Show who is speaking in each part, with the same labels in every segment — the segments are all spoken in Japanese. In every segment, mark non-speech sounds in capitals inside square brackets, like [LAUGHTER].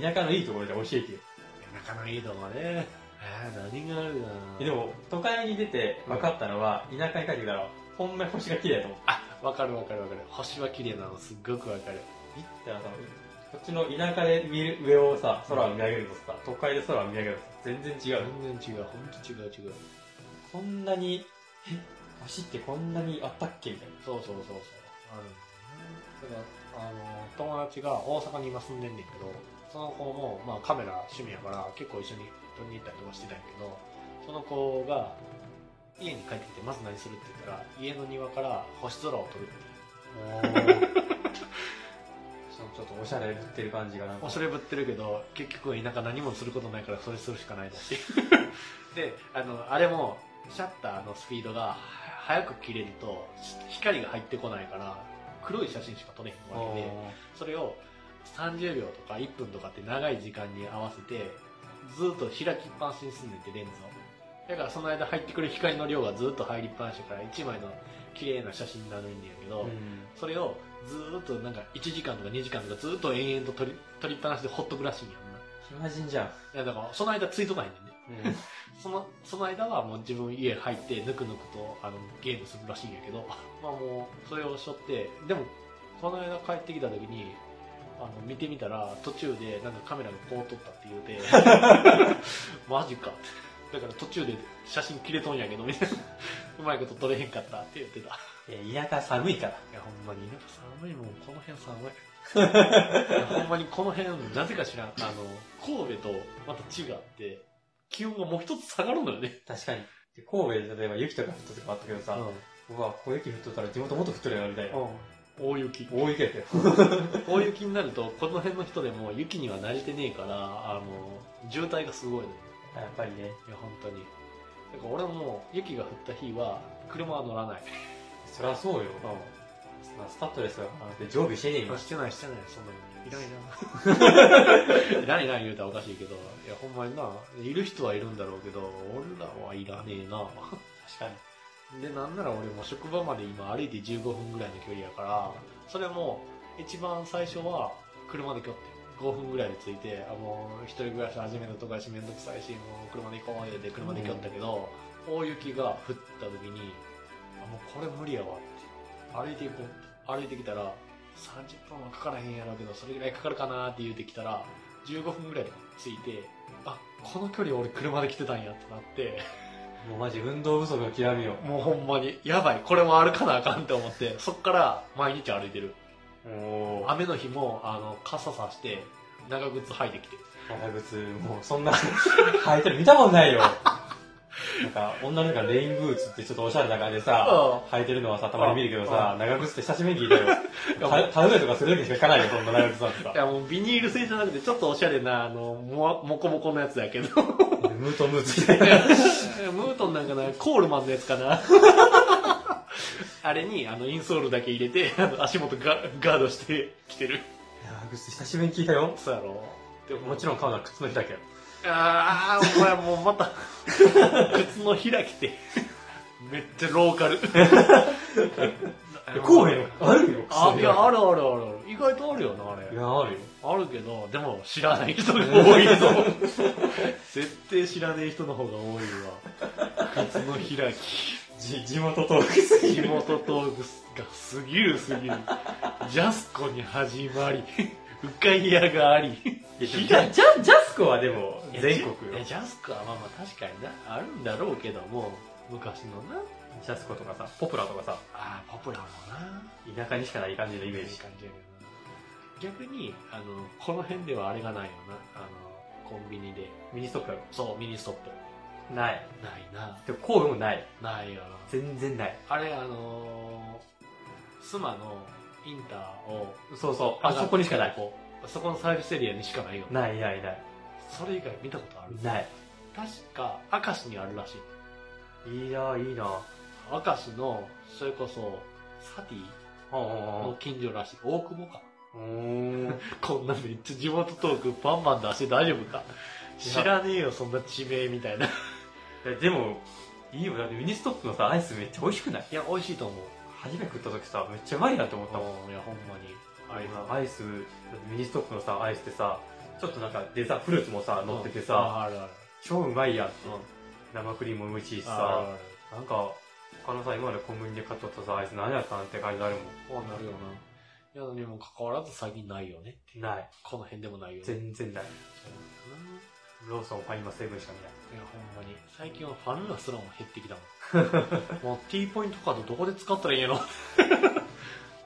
Speaker 1: 田舎のいいところじゃ教えてよ。
Speaker 2: 田舎のいいとこね。えー、何があるかな
Speaker 1: えで、も、都会に出て分かったのは、田舎に帰ってきたら、ほんまに星が綺麗だと思っ
Speaker 2: あ、わかるわかるわかる。星は綺麗なの、すっごくわかる。
Speaker 1: た。行ったらさ、こっちの田舎で見る上をさ、空を見上げるのとさ、都会で空を見上げるのと全然違う。
Speaker 2: 全然違う、ほんと違う違う。
Speaker 1: こんなに、え、星ってこんなにあったっけみたいな。
Speaker 2: そうそうそうそう。あるんだよね。だから、あの、友達が大阪に今住んでんねんけど、その子も、まあカメラ趣味やから、結構一緒に撮りに行ったりとかしてたんやけど、その子が、家に帰ってきて、まず何するって言ったら、家の庭から星空を撮るって
Speaker 1: おーちょっとおしゃれぶってる感じがなんか
Speaker 2: お。それぶってるけど結局は田舎何もすることないからそれするしかないだしであのあれもシャッターのスピードがは早く切れるとし光が入ってこないから黒い写真しか撮れへんわけでそれを30秒とか1分とかって長い時間に合わせてずっと開きっぱなしにすんねんってレンズをだからその間入ってくる光の量がずっと入りっぱなしだから1枚の綺麗な写真になるんやけど、
Speaker 1: うん
Speaker 2: それをずーっとなんか1時間とか2時間とかずーっと延々と撮り撮りっぱなしでほっとくらしいんや
Speaker 1: 暇人じゃん。
Speaker 2: いやだからその間ついとかへんねんね
Speaker 1: うん
Speaker 2: [LAUGHS] そのその間はもう自分家入ってぬくぬくとあのゲームするらしいんやけど [LAUGHS] まあもうそれをしょってでもこの間帰ってきた時にあの見てみたら途中でなんかカメラがこう撮ったって言うて
Speaker 1: [LAUGHS]
Speaker 2: マジかってだから途中で写真切れとんやけどみたいなうまいこと撮れへんかったって言ってた
Speaker 1: え田舎寒いから。
Speaker 2: いやほんまに田舎寒いもんこの辺寒い [LAUGHS] いやほんまにこの辺なぜか知らんあの神戸とまた違って気温がもう一つ下がるのよね、
Speaker 1: 確かに。で神戸で例えば雪とか降ったとかあったけど
Speaker 2: う
Speaker 1: さ、うわ、小雪降っとったら地元もっと降っとるやろみたいな。
Speaker 2: ん大雪
Speaker 1: 大雪や [LAUGHS] ったよ。
Speaker 2: 大雪になるとこの辺の人でも雪には慣れてねえからあの渋滞がすごいのよ
Speaker 1: やっぱりね、
Speaker 2: いや本当にだから俺も雪が降った日は車は乗らない
Speaker 1: そりゃそうよ。まあスタッドレスがあって常備してねえ
Speaker 2: いや
Speaker 1: よ。
Speaker 2: してない [LAUGHS] してないそんなにいら [LAUGHS] んいらんいらんいらん言うたらおかしいけどいやほんまにないる人はいるんだろうけど俺らはいらねえな
Speaker 1: 確かに。
Speaker 2: でなんなら俺も職場まで今歩いて15分ぐらいの距離やからそれも一番最初は車で行こうって5分ぐらいで着いてあもう一人暮らし始めたとかしめんどくさいしもう車で行こうよって車で行きよったけど、大雪が降った時にあもうこれ無理やわって歩いていこうって歩いてきたら30分はかからへんやろうけどそれぐらいかかるかなって言うてきたら15分ぐらいで着いてあこの距離俺車で来てたんやってなって
Speaker 1: もうマジ運動不足が極みよ。
Speaker 2: もうほんまに、やばい、これも歩かなあかんって思って、そっから毎日歩いてる。
Speaker 1: も
Speaker 2: 雨の日も、あの、傘さして、長靴履いてきてる。
Speaker 1: う、長靴、もうそんな、 [LAUGHS] 履いてる見たことないよ。なんか、女の子がレインブーツってちょっとおしゃれな感じでさ、履いてるのはさ、たまに見るけどさ、長靴って久しぶりに聞いたよ。
Speaker 2: いやもう
Speaker 1: た食べるとかするときしか聞かないよ、そんな長靴なんてさ
Speaker 2: い。やもうビニール製じゃなくて、ちょっとおしゃれな、あの、も、もこもこのやつやけど。
Speaker 1: ムートムーツみたい
Speaker 2: い
Speaker 1: な。
Speaker 2: やムートンなんかな、コールマンのやつかな。あれに、あの、インソールだけ入れて、あの足元ガガードしてきてる。
Speaker 1: 長靴久しぶりに聞いたよ。
Speaker 2: そうやろ。で
Speaker 1: もちろん買うのは靴の日だけよ。
Speaker 2: ああ、お前もうまた、靴の開きて、めっちゃローカル。
Speaker 1: こうよ。あるよ。
Speaker 2: あ、いや、あ
Speaker 1: る。
Speaker 2: るあるある。意外とあるよな、あ
Speaker 1: い
Speaker 2: れ。
Speaker 1: や、あるよ。
Speaker 2: あるけど、でも知らない人が多いぞ。 [LAUGHS] 絶対知らねえ人の方が多いわ。靴の開き。
Speaker 1: じ、地元トークすぎ
Speaker 2: 地
Speaker 1: る。
Speaker 2: 元トークがすぎるすぎる。ジャスコに始まり、うかいやがあり。
Speaker 1: いや、じゃ、じゃ、ジャスコはでも、全国
Speaker 2: いや
Speaker 1: よ。
Speaker 2: ジャスコはまあまあ確かになあるんだろうけども昔のな
Speaker 1: ジャスコとかさ、ポプラとかさ、
Speaker 2: ああポプラーのな
Speaker 1: 田舎にしかない感じのイメー
Speaker 2: いい
Speaker 1: ジ。
Speaker 2: 感じやけどな逆にあのこの辺ではあれがないよなあのコンビニで
Speaker 1: ミニストップ
Speaker 2: そうミニストップ
Speaker 1: ない。
Speaker 2: ないな
Speaker 1: でも、神戸もない。
Speaker 2: ないよな
Speaker 1: 全然ない。
Speaker 2: あれあのー、スマのインターを
Speaker 1: そうそう。あそこにしかない。
Speaker 2: こうそこのサービスエリアにしかないよな
Speaker 1: ないないない。
Speaker 2: それ以外見たことある
Speaker 1: ない。
Speaker 2: 確か明石にあるらしい
Speaker 1: いいな、いいな。
Speaker 2: 明石のそれこそサティ
Speaker 1: うん
Speaker 2: の近所らしい。大久保か。
Speaker 1: うんうん。うーん。
Speaker 2: こんなめっちゃ地元トークバンバン出して大丈夫か知らねえよ、そんな地名みたいな。い
Speaker 1: いやでも、いいよ。だってミニストップのさ、アイスめっちゃ美味しくない
Speaker 2: や、美味しいと思う。
Speaker 1: 初めて食った時さ、めっちゃうまいなって思ったもん。
Speaker 2: いや、ほんまに。あ
Speaker 1: ア
Speaker 2: れ
Speaker 1: イスアイスミニストップのさアイスってさちょっとなんかでさ、フルーツもさ、乗っててさ、
Speaker 2: ああるある
Speaker 1: 超うまいやんって
Speaker 2: うん。
Speaker 1: 生クリームも美味しいし
Speaker 2: ある
Speaker 1: さ、
Speaker 2: ある
Speaker 1: なんか、他のさ、今まで小麦で買っとったさ、あいつ何やったんって感じになるも
Speaker 2: こうなるよな。いや、にもかかわらず最近ないよね。
Speaker 1: ん。ない。
Speaker 2: この辺でもないよね。
Speaker 1: 全然ない。
Speaker 2: そうだな
Speaker 1: ローソン、ファインマセブンしか
Speaker 2: いや、ほんまに。最近はファンラすらも減ってきたもん。もう T ポイントカードどこで使ったらいいんやろあ
Speaker 1: 見ない。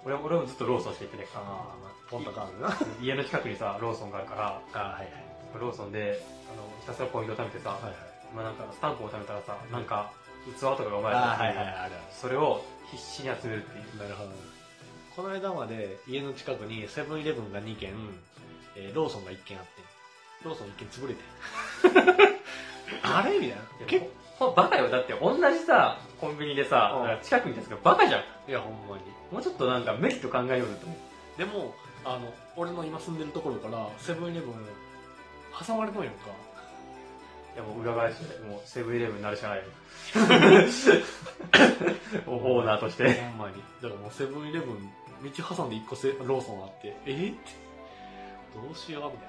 Speaker 1: 俺俺もずっとローソンしか行ってないから。
Speaker 2: あ、まあ、ポンタカードな。
Speaker 1: 家の近くにさ、ローソンがあるか
Speaker 2: ああ、はいはい。
Speaker 1: ら、ローソンで、あの、ひたすらポイントを貯めてさ、
Speaker 2: はいはい。
Speaker 1: まあなんか、スタンプを貯めたらさ、なんか、器とかがお前
Speaker 2: ああ、はいはい、
Speaker 1: い。
Speaker 2: あるあ
Speaker 1: それを必死に集めるっていう。
Speaker 2: る。なるほど。この間まで家の近くにセブンイレブンが2軒、えーローソンが1軒あって、ローソン1軒潰れ [LAUGHS] て。あれみたいな。
Speaker 1: 結
Speaker 2: 結構。
Speaker 1: 構バカよだって同じさコンビニでさ、
Speaker 2: うん
Speaker 1: なんか近くにですけどバカじゃん
Speaker 2: いや、ほんまに。
Speaker 1: もうちょっとなんかメリット考えようよと思う
Speaker 2: でも、あの、俺の今住んでるところからセブンイレブン挟まれとんやんか。
Speaker 1: いやもう裏返してもうセブンイレブンになるしか [LAUGHS] ないよおオーナーとして
Speaker 2: ほんまに。だからもうセブンイレブン、道挟んで1個せローソンあって、えーって、どうしようみたい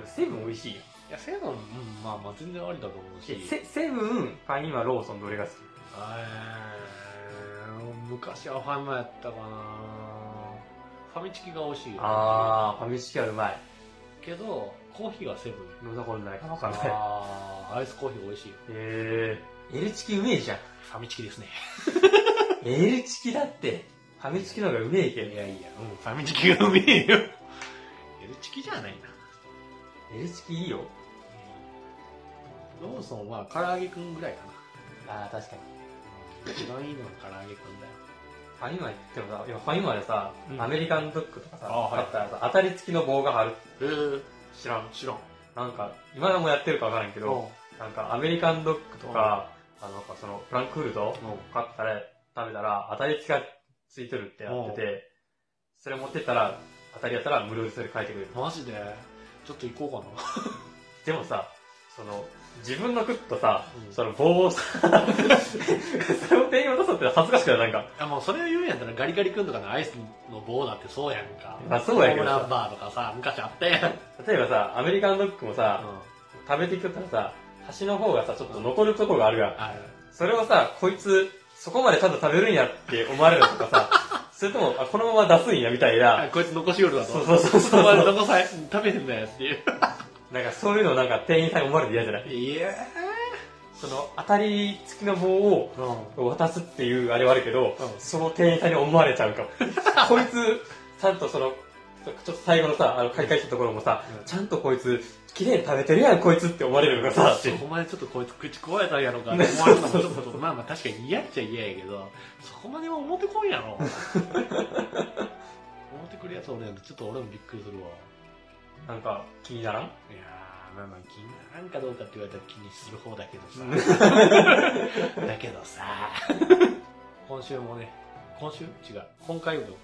Speaker 1: でもセブン美味しいよ
Speaker 2: いや、セブン、うん、まあまあ全然ありだと思うし。
Speaker 1: セセブンパン今ローソンどれが好き
Speaker 2: えー昔はファミマやったかなファミチキが美味しいよ、
Speaker 1: あーファミチキはうまい
Speaker 2: けど、コーヒーはセブン。
Speaker 1: 飲んだことないかもわかんない
Speaker 2: あーアイスコーヒー美味しいよ。
Speaker 1: へえー、L チキうめえじゃん
Speaker 2: ファミチキですね。
Speaker 1: L チキだってファミチキの方がうめえけ
Speaker 2: い
Speaker 1: ど
Speaker 2: やいや、うん、ファミチキがうめえよ。エルチキじゃないな。
Speaker 1: L チキいいよ
Speaker 2: ローソンは唐揚げくんぐらいかな。
Speaker 1: ああ確かに
Speaker 2: 一番いいのは唐揚げくんだよ。
Speaker 1: ファイマーってもさ、いやファイマーでさ、
Speaker 2: うん
Speaker 1: アメリカンドッグとかさ、
Speaker 2: あはい
Speaker 1: 買ったらさ、当たり付きの棒がある。
Speaker 2: えー、知らん、知らん。
Speaker 1: なんか、今でもやってるかわからんけど、なんかアメリカンドッグとか、あの、なんかその、フランクフルト買ったら、食べたら、当たり付きが付いとるってやってて、それ持ってったら、当たりやったら無料でそれ書いてくれる。
Speaker 2: マジでちょっと行こうかな。
Speaker 1: でもさ、その、自分の食ったさ、
Speaker 2: うん
Speaker 1: その棒をさ、それを店員に渡すって恥ずかしくないなんか。
Speaker 2: いやもうそれを言うんやったらガリガリ君とかのアイスの棒だってそうやんか。
Speaker 1: まあそうやけど
Speaker 2: ホームランバーとかさ、昔あったやん。
Speaker 1: 例えばさ、アメリカンドッグもさ、食べていくからさ、端の方がさ、ちょっと残るとこがあるやん。
Speaker 2: ある
Speaker 1: それをさ、こいつ、そこまでただ食べるんやって思われるとかさ、
Speaker 2: [LAUGHS]
Speaker 1: それとも、あ、このまま出すんやみたい
Speaker 2: あ
Speaker 1: な、
Speaker 2: こいつ残しよるだと。
Speaker 1: そうそうそうそう
Speaker 2: お前残さ食べへんだよっていう。
Speaker 1: なんかそういうのなんか店員さんに思われて嫌じゃない
Speaker 2: いや
Speaker 1: その、当たり付きの棒
Speaker 2: ー。うん。
Speaker 1: を渡すっていうあれはあるけど、
Speaker 2: うん
Speaker 1: その店員さんに思われちゃう
Speaker 2: [LAUGHS]
Speaker 1: かも。こいつ、ちゃんとその、ちょっと最後のさ、あの、買い替えしたところもさ、
Speaker 2: うん
Speaker 1: ちゃんとこいつ、綺麗に食べてるやん、こいつって思われるのがさ、って
Speaker 2: お前ちょっとこいつ口壊れたんやろかって思われたのもちょっ
Speaker 1: [LAUGHS]
Speaker 2: とまあまあ確かに嫌っちゃ嫌やけどそこまでは思ってこんやろ思ってくるやつおるやんちょっと俺もびっくりするわ
Speaker 1: なんか気にならん
Speaker 2: いやーまあまあ気にならんかどうかって言われたら気にする方だけどさだけどさ今週もね今週違う今回分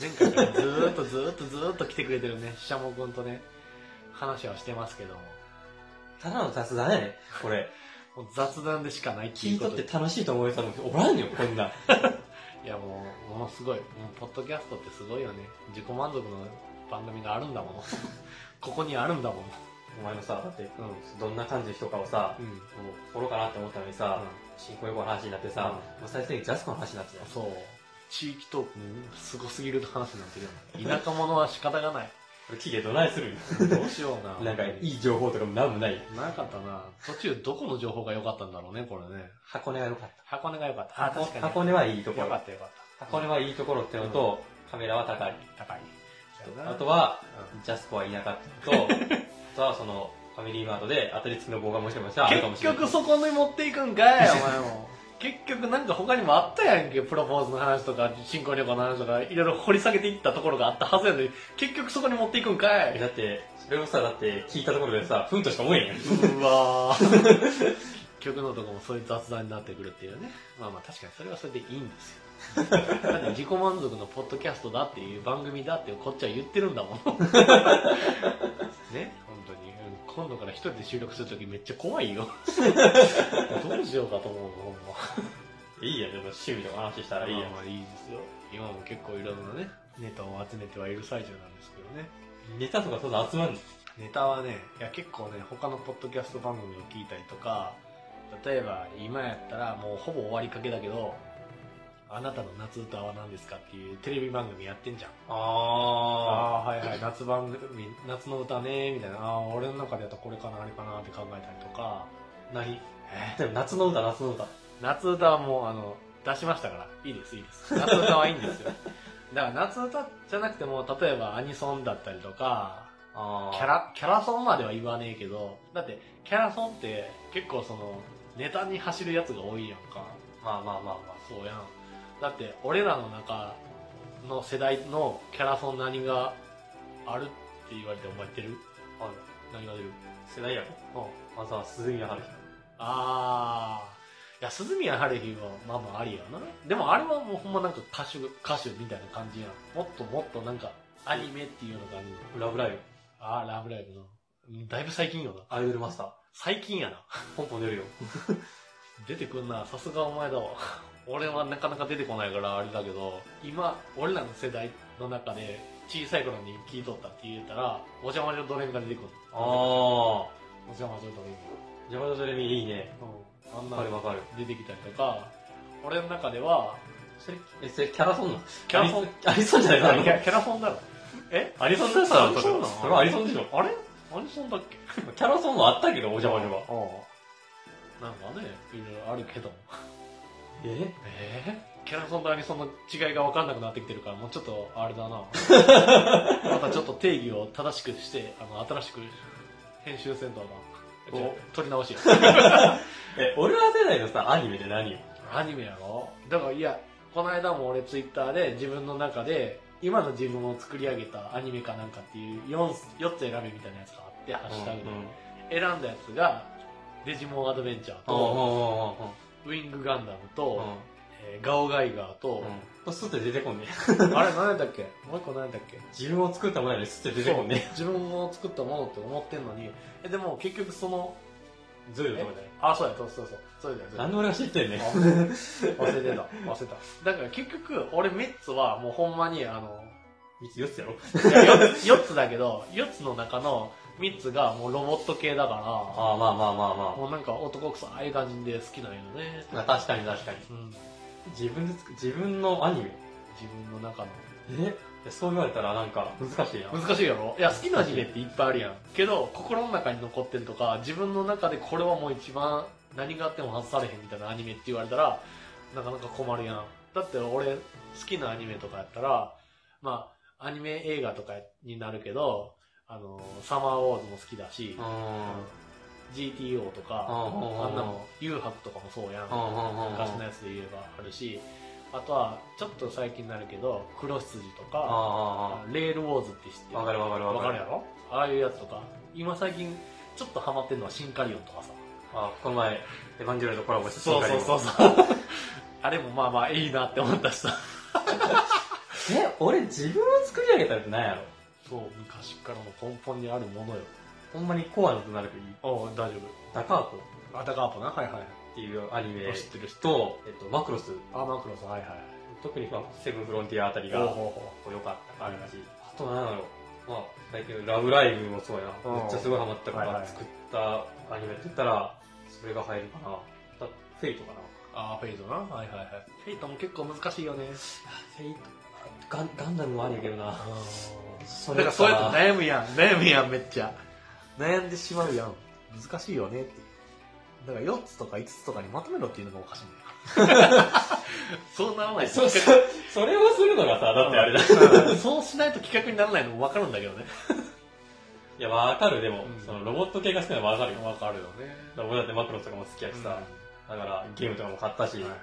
Speaker 2: 前回からずーっとずーっとずーっと来てくれてるねししゃもくんとね話はしてますけども
Speaker 1: ただの雑談やね、これ。
Speaker 2: もう雑談でしかないって
Speaker 1: 聞
Speaker 2: いう
Speaker 1: い
Speaker 2: ことと
Speaker 1: っ
Speaker 2: で
Speaker 1: て楽しいと思えたのにおらんよこんない
Speaker 2: やもう、ものすごい。もうポッドキャストってすごいよね。自己満足の番組があるんだもの。ここにあるんだも
Speaker 1: お前のさだって
Speaker 2: の。うん。
Speaker 1: どんな感じの人かをさ
Speaker 2: うん。
Speaker 1: もう掘ろうかなって思ったのにさ、新婚旅行の話になってさ、もう最終的にジャスコの話になってたよ
Speaker 2: そう。地域トーク、すごすぎる話になってる
Speaker 1: [LAUGHS]
Speaker 2: よね。田舎者は仕方がない。
Speaker 1: これ聞いてどないする
Speaker 2: どうしような。
Speaker 1: んなんかいい情報とかもなんもない
Speaker 2: なかったな。途中どこの情報が良かったんだろうね、これね。
Speaker 1: 箱根が良かっ
Speaker 2: 箱根が良かった。
Speaker 1: た
Speaker 2: あ、確かに。
Speaker 1: 箱根はいいとこ
Speaker 2: 良か
Speaker 1: ろ
Speaker 2: った良かった。
Speaker 1: 箱根はいいところってのと、カメラは高い
Speaker 2: 高い。
Speaker 1: あとはジャスコはいなかった [LAUGHS] のとあとはそのファミリーマートで当たり付きの棒がもしかしたらあるかも
Speaker 2: 結
Speaker 1: しれない
Speaker 2: 局そこに持っていくんかいお前も結局なんか他にもあったやんけプロポーズの話とか新婚旅行の話とかいろいろ掘り下げていったところがあったはずやのに結局そこに持っていくんか
Speaker 1: え
Speaker 2: い
Speaker 1: だってそれをさだって聞いたところでさふんとしか思えんやん
Speaker 2: うわー [LAUGHS] 結局のとこもそういう雑談になってくるっていうねまあまあ確かにそれはそれでいいんですよだって自己満足のポッドキャストだっていう番組だってこっちは言ってるんだもん [LAUGHS] ね本当にうん今度から一人で収録するときめっちゃ怖いよどうしようかと思うのほん
Speaker 1: い
Speaker 2: ま
Speaker 1: いやんでも趣味の話したらいいやん
Speaker 2: まあまあいいですよ今も結構いろんなね、ネタを集めてはいる最中なんですけどね。
Speaker 1: ネタとかそんな集まるの
Speaker 2: ネタはね、いや結構ね、他のポッドキャスト番組を聞いたりとか、例えば今やったらもうほぼ終わりかけだけど、あなたの夏歌は何ですかっていうテレビ番組やってんじゃん。
Speaker 1: あ
Speaker 2: ああー、はいはい、夏番組、夏の歌ね、みたいな。ああー、俺の中でやったらこれかな、あれかなって考えたりとか。
Speaker 1: あ。何
Speaker 2: え
Speaker 1: でも夏の歌、夏の歌。
Speaker 2: 夏歌はもうあの出しましたからいいですいいです夏歌はいいんですよだから夏歌じゃなくても例えばアニソンだったりとか
Speaker 1: あ
Speaker 2: キャラキャラソンまでは言わねえけどだってキャラソンって結構そのネタに走るやつが多いやんか
Speaker 1: まあまあまあま
Speaker 2: そうやんだって俺らの中の世代のキャラソン何があるって言われて思ってる
Speaker 1: あ。あの
Speaker 2: 何が出る
Speaker 1: 世代やろ
Speaker 2: うん
Speaker 1: まずは鈴宮春日。
Speaker 2: ああ。いや、鈴宮春日は、まあまあありやな。でもあれはもうほんまなんか歌手、歌手みたいな感じやん。もっともっとなんか、アニメっていうような感じ。
Speaker 1: ラブライブ。
Speaker 2: ああ、ラブライブの。うんだいぶ最近よな。
Speaker 1: アイドルマスター。
Speaker 2: 最近やな。
Speaker 1: ポンポン出るよ。
Speaker 2: 出てくんな。さすがお前だわ。 [LAUGHS] 俺はなかなか出てこないからあれだけど、今、俺らの世代の中で、小さい頃に聞いとったって言ったら、お邪魔女ドレミが出てくる。
Speaker 1: あ
Speaker 2: お邪魔女ドレミ。
Speaker 1: ー。ジャマジャレミいいね。
Speaker 2: うん。あん
Speaker 1: わ
Speaker 2: な
Speaker 1: かるわかる。
Speaker 2: 出てきたりとか、俺の中では、
Speaker 1: それ、え、それキャラソンなの
Speaker 2: キャラソン、
Speaker 1: [LAUGHS] ありそうじゃないの
Speaker 2: いや、キャラフォンだろ。え
Speaker 1: アリソンダンサーだった
Speaker 2: そうなの
Speaker 1: それはアリソンでしょ。
Speaker 2: あれアニソンだっけ
Speaker 1: キャラソンもあったけど、お邪魔女は。
Speaker 2: うん。なんかね、いろいろあるけど。
Speaker 1: え
Speaker 2: えー、キャラソンとアニソンの違いが分かんなくなってきてるから、もうちょっと、あれだな。
Speaker 1: [LAUGHS]
Speaker 2: またちょっと定義を正しくして、あの、新しく編集せんとはな。
Speaker 1: お
Speaker 2: じゃあ撮り
Speaker 1: [LAUGHS]
Speaker 2: 直しや。
Speaker 1: え、俺ら世代のさ、アニメって何よ
Speaker 2: アニメやろだからいや、この間も俺ツイッターで自分の中で、今の自分を作り上げたアニメかなんかっていう 4, 4つ選べみたいなやつがあって、ハッシュタグで。選んだやつが、デジモンアドベンチャー
Speaker 1: うんうん
Speaker 2: と、
Speaker 1: う
Speaker 2: ウィングガン
Speaker 1: んうん
Speaker 2: ダム
Speaker 1: うん
Speaker 2: と、えーガオガイガーと、
Speaker 1: うん。すって出てこんね。
Speaker 2: あれ何やったっけもう一個何やったっけ
Speaker 1: 自分を作ったものやですって出てこんね。
Speaker 2: 自分の作ったものって思ってんのに、えでも結局その、
Speaker 1: ずるい
Speaker 2: え
Speaker 1: とこだよ。
Speaker 2: あ、そうや、そうそうそう、そうだよ、そう
Speaker 1: な
Speaker 2: だよ
Speaker 1: んで俺が知ってんねん。
Speaker 2: あ忘れて
Speaker 1: [LAUGHS]
Speaker 2: た、忘れた。だから結局、俺3つはもうほんまに、あ
Speaker 1: [LAUGHS]
Speaker 2: の、
Speaker 1: みつよつやろ
Speaker 2: 4, つだけど、4つの中の3つがもうロボット系だか
Speaker 1: ああ、まあまあまあ
Speaker 2: ら、もうなんか男臭い感じで好きなんよね。
Speaker 1: まあ。確かに確かに。
Speaker 2: うん、
Speaker 1: 自分で作、自分のアニメ。
Speaker 2: 自分の中の。
Speaker 1: えいやそう言われたらなんか難しいな。
Speaker 2: 難しいやろいや、好きなアニメっていっぱいあるやん。けど、心の中に残ってるとか、自分の中でこれはもう一番何があっても外されへんみたいなアニメって言われたら、なかなか困るやん。だって俺、好きなアニメとかやったら、まあ、アニメ映画とかになるけど、あの、サマーウォーズも好きだし、
Speaker 1: う
Speaker 2: GTO とか、
Speaker 1: うん
Speaker 2: あんなもん、誘白とかもそうやん。
Speaker 1: ん。うんうんうん。
Speaker 2: 昔のやつで言えばあるし、あとは、ちょっと最近になるけど、黒羊とか、
Speaker 1: あ
Speaker 2: レールウォーズって知って
Speaker 1: あ、わかるわかるわ
Speaker 2: わ
Speaker 1: か
Speaker 2: か
Speaker 1: る。
Speaker 2: るやろああいうやつとか、今最近、ちょっとハマってるのはシンカリオンとかさ。
Speaker 1: あこの前、エヴァンゲリオンとコラボして
Speaker 2: そうそう。 [LAUGHS] あれもまあまあいいなって思ったしさ。
Speaker 1: え、俺自分を作り上げたってなんやろ
Speaker 2: そう、昔からの根本にあるものよ。
Speaker 1: ほんまにコアのとなるといい。
Speaker 2: おう大丈
Speaker 1: ダカーコっ
Speaker 2: 夫。アタカーポな。はいはい。
Speaker 1: ていうアニメ
Speaker 2: 知ってる人。
Speaker 1: と、えっと、マクロス。
Speaker 2: アーマークロス、はいはい。
Speaker 1: 特にまあセブンフロンティアあたりが
Speaker 2: ほう
Speaker 1: こ
Speaker 2: ほ
Speaker 1: う良かった感じ。あとなんだろう。まあ、最近のラブライブもそうやな。
Speaker 2: うん
Speaker 1: めっちゃすごいハマったか
Speaker 2: はいは
Speaker 1: ら
Speaker 2: い
Speaker 1: 作ったアニメって言ったら、それが入るかな。あとフェイトかな。
Speaker 2: うああ、フェイトな。はいはいはい。フェイトも結構難しいよね。
Speaker 1: フェイトガン、ガンダムもあるんやけどな。そ
Speaker 2: だからそういうの悩むやん。悩むやん、めっちゃ。悩んでしまうやん。難しいよねって。だから4つとか5つとかにまとめろっていうのがおかしいんだよ。そうならないと
Speaker 1: そ、そ、それをするのがさ、だってあ [LAUGHS] れだ。
Speaker 2: うんそうしないと企画にならないのも分かるんだけどね。
Speaker 1: いや、わかる、でも、
Speaker 2: うん
Speaker 1: そのロボット系が好きなのわかるよ。
Speaker 2: 分かるよね。
Speaker 1: 俺だってマクロスとかも好きやし
Speaker 2: さ、
Speaker 1: さ、だからゲームとかも買ったし、
Speaker 2: はいはい。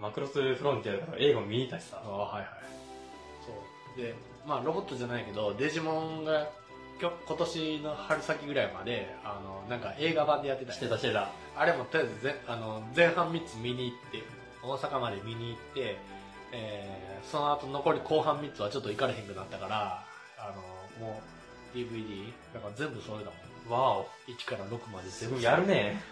Speaker 1: マクロスフロンティアだから映画も見に行ったしさ
Speaker 2: あ、あ、はいはい。そう。で、まあロボットじゃないけど、デジモンがきょ今年の春先ぐらいまで、あの、なんか映画版でやってたよ
Speaker 1: してたしてた。
Speaker 2: あれもとりあえずぜあの前半3つ見に行って、大阪まで見に行って、えーその後残り後半3つはちょっと行かれへんくなったから、あの、もう DVD、だから全部それだもん。
Speaker 1: わお、
Speaker 2: 1から6まで
Speaker 1: 自
Speaker 2: 全部
Speaker 1: 分やるね。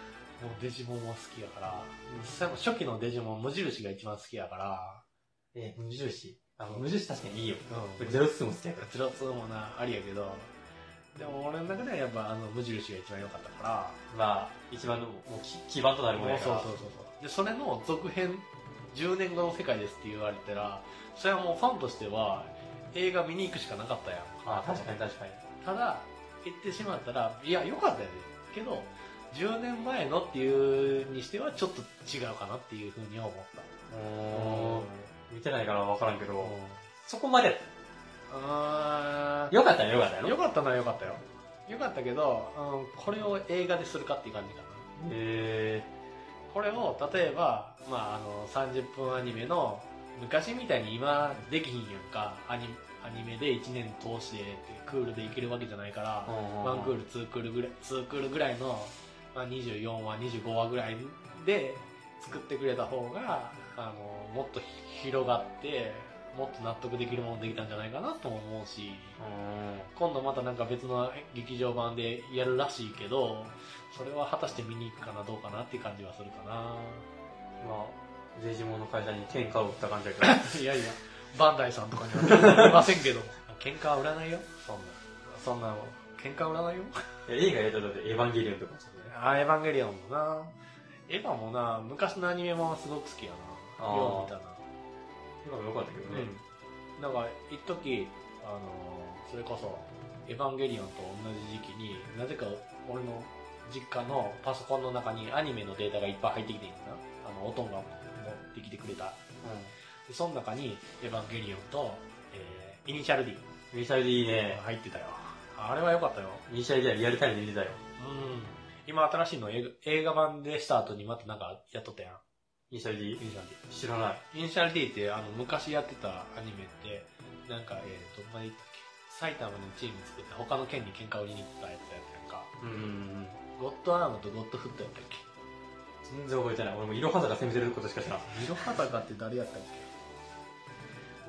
Speaker 2: もうデジモンは好きやから、実際も初期のデジモン無印が一番好きやから、
Speaker 1: え、無印。あ、無印確かにいいよ。
Speaker 2: う
Speaker 1: ゼロ数も好きやか。
Speaker 2: ゼロツーもな、ありやけど、でも俺の中ではやっぱあの無印が一番良かったから
Speaker 1: まあ、一番の、もうき基盤とな
Speaker 2: ら、
Speaker 1: るもの
Speaker 2: も
Speaker 1: や
Speaker 2: う
Speaker 1: か
Speaker 2: そう
Speaker 1: ら。
Speaker 2: そうそうそう。で、それの続編、10年後の世界ですって言われたら、それはもうファンとしては映画見に行くしかなかったやん。
Speaker 1: あ、確かに確かに。
Speaker 2: ただ、言ってしまったら、いや、良かったよね。けど、10年前のっていうにしてはちょっと違うかなっていうふうには思った。
Speaker 1: おー見てないから分からんけ
Speaker 2: う
Speaker 1: ど、
Speaker 2: ん
Speaker 1: そこまでやっ
Speaker 2: あ
Speaker 1: た。よかったね、よかったや
Speaker 2: ー
Speaker 1: ろ。
Speaker 2: よかったのは良かったよ。良かったけど、うん、これを映画でするかっていう感じかな。
Speaker 1: え
Speaker 2: これを、例えば、まあ、あの、30分アニメの、昔みたいに今できひんやんか、アニアニメで1年通してってクールでいけるわけじゃないから、
Speaker 1: ー。
Speaker 2: ワンクー
Speaker 1: ル。
Speaker 2: ル、ツークールぐらい、ツークールぐらいの、まあ、24話、25話ぐらいで作ってくれた方が、あの、もっと広がって、もっと納得できるものできたんじゃないかなとも思うし、今度またなんか別の劇場版でやるらしいけど、それは果たして見に行くかなどうかなって感じはするかな。 [LAUGHS]
Speaker 1: まあ、デジモンの会社に喧嘩を売った感じだ [LAUGHS] けど。
Speaker 2: いやいや、バンダイさんとかには喧嘩は売りませんけども。 [LAUGHS] 喧嘩は売らないよ。そんな。そんなもん。喧嘩は売らないよ。
Speaker 1: え映画やったらだってエヴァンゲリオンとかもそうだよね。
Speaker 2: あーエヴァンゲリオンもな。エヴァもな、昔のアニメもすごく好きやな。
Speaker 1: あー
Speaker 2: よう見たな。
Speaker 1: 今もよかったけどね。
Speaker 2: うん。なんか、一時あのーそれこそ、エヴァンゲリオンと同じ時期に、なぜか俺の実家のパソコンの中にアニメのデータがいっぱい入ってきてんな。あの、おとんが持ってきてくれた。で、その中に、エヴァンゲリオンと、えー、イニシャル D
Speaker 1: ミシャルでいいね。
Speaker 2: 入ってたよ。あれは良かったよ。
Speaker 1: ミシャルではリアルタイムで見てたよ。
Speaker 2: うん。今新しいの映画映画版でした後にまたなんかやっとったやん。
Speaker 1: ミシャルでいい
Speaker 2: イニシャル D。
Speaker 1: 知らない。
Speaker 2: イニシャル D ってあの昔やってたアニメってなんかえー、どんまで行ったっけ埼玉のチーム作って他の県に喧嘩売りに行ったやつやったやんか
Speaker 1: うんうんうん。
Speaker 2: ゴッドアームとゴッドフットやったっけ
Speaker 1: 全然覚えてない。俺もいろは坂攻めてることしか知らん。
Speaker 2: イロハタカって誰
Speaker 1: [LAUGHS]
Speaker 2: やったっ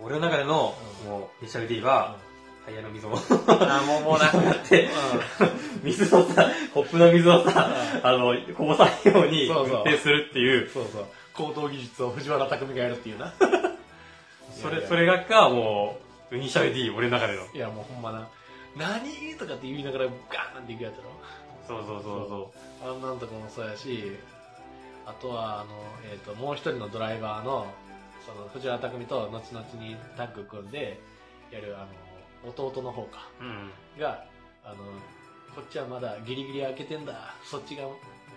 Speaker 1: 俺の中での、
Speaker 2: うん
Speaker 1: もう、ミシャル D は、
Speaker 2: け
Speaker 1: タイヤの溝を、
Speaker 2: あもうもうな
Speaker 1: だって、 [LAUGHS] 水をさ、ホップの水をさ、あの、こぼさないように
Speaker 2: そうそう
Speaker 1: 運転するっていう、
Speaker 2: [LAUGHS] そうそう高等技術を藤原匠がやるっていうな
Speaker 1: そ
Speaker 2: いやい
Speaker 1: れ、
Speaker 2: や
Speaker 1: それがか、もう、イニシャル D、俺の中での。
Speaker 2: いやもうほんまな何とかって言いながらガーンっていくやつやろ
Speaker 1: そうそうそうそ
Speaker 2: あんなんとかもそうやし、あとは、あの、えっ、と、もう一人のドライバーの、その、藤原匠と後々にタッグ組んで、やる、あの、弟の方か、
Speaker 1: う。うん。
Speaker 2: が、あの、こっちはまだギリギリ開けてんだ、そっちが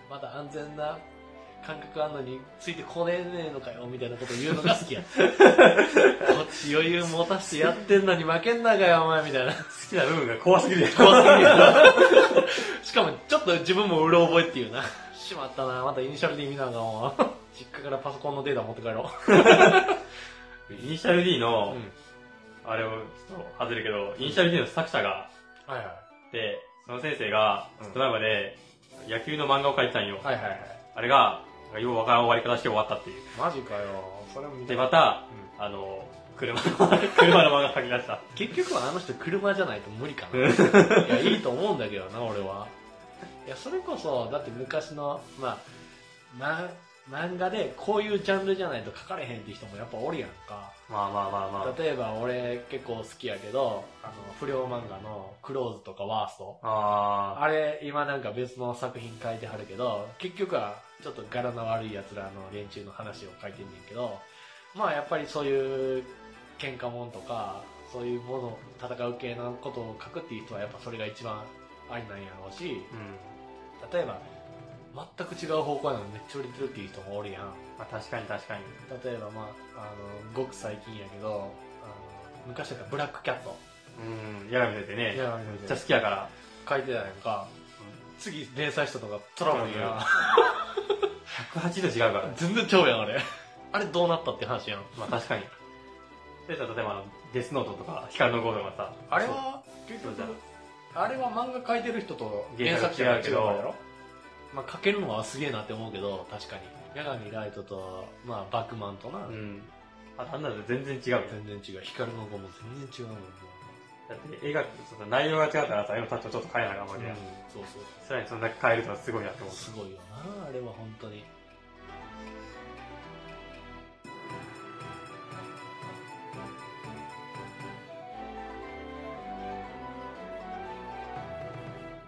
Speaker 2: まだ安全な感覚あんのについてこねえねえのかよ、みたいなこと言うのが好きや。こっち余裕持たしてやってんのに負けんなかよ、お前、みたいな。
Speaker 1: 好きな部分が怖すぎるやん。
Speaker 2: 怖すぎるよなしかも、ちょっと自分もうろ覚えっていうな。しまったな、またイニシャル D 見ながらもう、実家からパソコンのデータ持って帰ろ
Speaker 1: イニシャル D
Speaker 2: う。
Speaker 1: の、あれを、ちょっと外れるけど、イニシャル D の作者が、
Speaker 2: はいはい。
Speaker 1: で、その先生が
Speaker 2: うん、
Speaker 1: ドラマで、野球の漫画を描いてたんよ。
Speaker 2: はいはいはい。
Speaker 1: あれが、なんかようわからん終わり方して終わったっていう。
Speaker 2: マジかよ。それも見
Speaker 1: で、
Speaker 2: て
Speaker 1: また、
Speaker 2: う
Speaker 1: あの、車の、 [LAUGHS] 車の漫画描き出した。
Speaker 2: ん結局はあの人車じゃないと無理か [LAUGHS] な。いや、いいと思うんだけどな、俺は。いや、それこそ、だって昔の、まあ、ま、漫画でこういうジャンルじゃないと書かれへんって人もやっぱおるやんか。
Speaker 1: まあまあまあまあ。
Speaker 2: 例えば俺結構好きやけど、あの、不良漫画のクローズとかワースト。
Speaker 1: あ
Speaker 2: あれ、今なんか別の作品書いてはるけど、結局はちょっと柄の悪い奴らの連中の話を書いてんねんけど、まあやっぱりそういう喧嘩もんとか、そういうもの、戦う系のことを書くっていう人はやっぱそれが一番ありなんやろうし、
Speaker 1: ー。うん。
Speaker 2: 例えば、全く違う方向なのにめっちゃ売れてるっていう人もおるやん。
Speaker 1: まあ確かに確かに。
Speaker 2: 例えばまあ、あの、ごく最近やけど、あの昔だからブラックキャット。
Speaker 1: うん。やがみ出てね。めっ
Speaker 2: やめ
Speaker 1: ちゃ好きやから。
Speaker 2: 書いてたやんか。次連載したとかトラブルや。
Speaker 1: 180度違うから。
Speaker 2: [LAUGHS] 全然ちゃうやん、あれ。あれどうなったって話やん。
Speaker 1: まあ確かに。それと例えばあの、デスノートとか、光のゴードがさ、
Speaker 2: あれは、結
Speaker 1: そう
Speaker 2: 局
Speaker 1: だ、
Speaker 2: あれは漫画描いてる人と原
Speaker 1: 原
Speaker 2: 作
Speaker 1: 作
Speaker 2: 者
Speaker 1: 者
Speaker 2: が
Speaker 1: が
Speaker 2: 違
Speaker 1: 違うけど
Speaker 2: うからやろまあ、描けるのはすげえなって思うけど、確かに。ヤガミライトと、まあ、バックマンとな、
Speaker 1: うん。ああんなの全然違うよ。
Speaker 2: 全然違う。光の子も全然違うもん。
Speaker 1: だって映画、ちょっと内容が違ったらさ、絵のタッチをちょっと変えなあかんわ
Speaker 2: うん
Speaker 1: けや。、
Speaker 2: そうそう。
Speaker 1: さらにそんだけ変えるとはすごいなって思う。
Speaker 2: すごいよな、あれは本当に。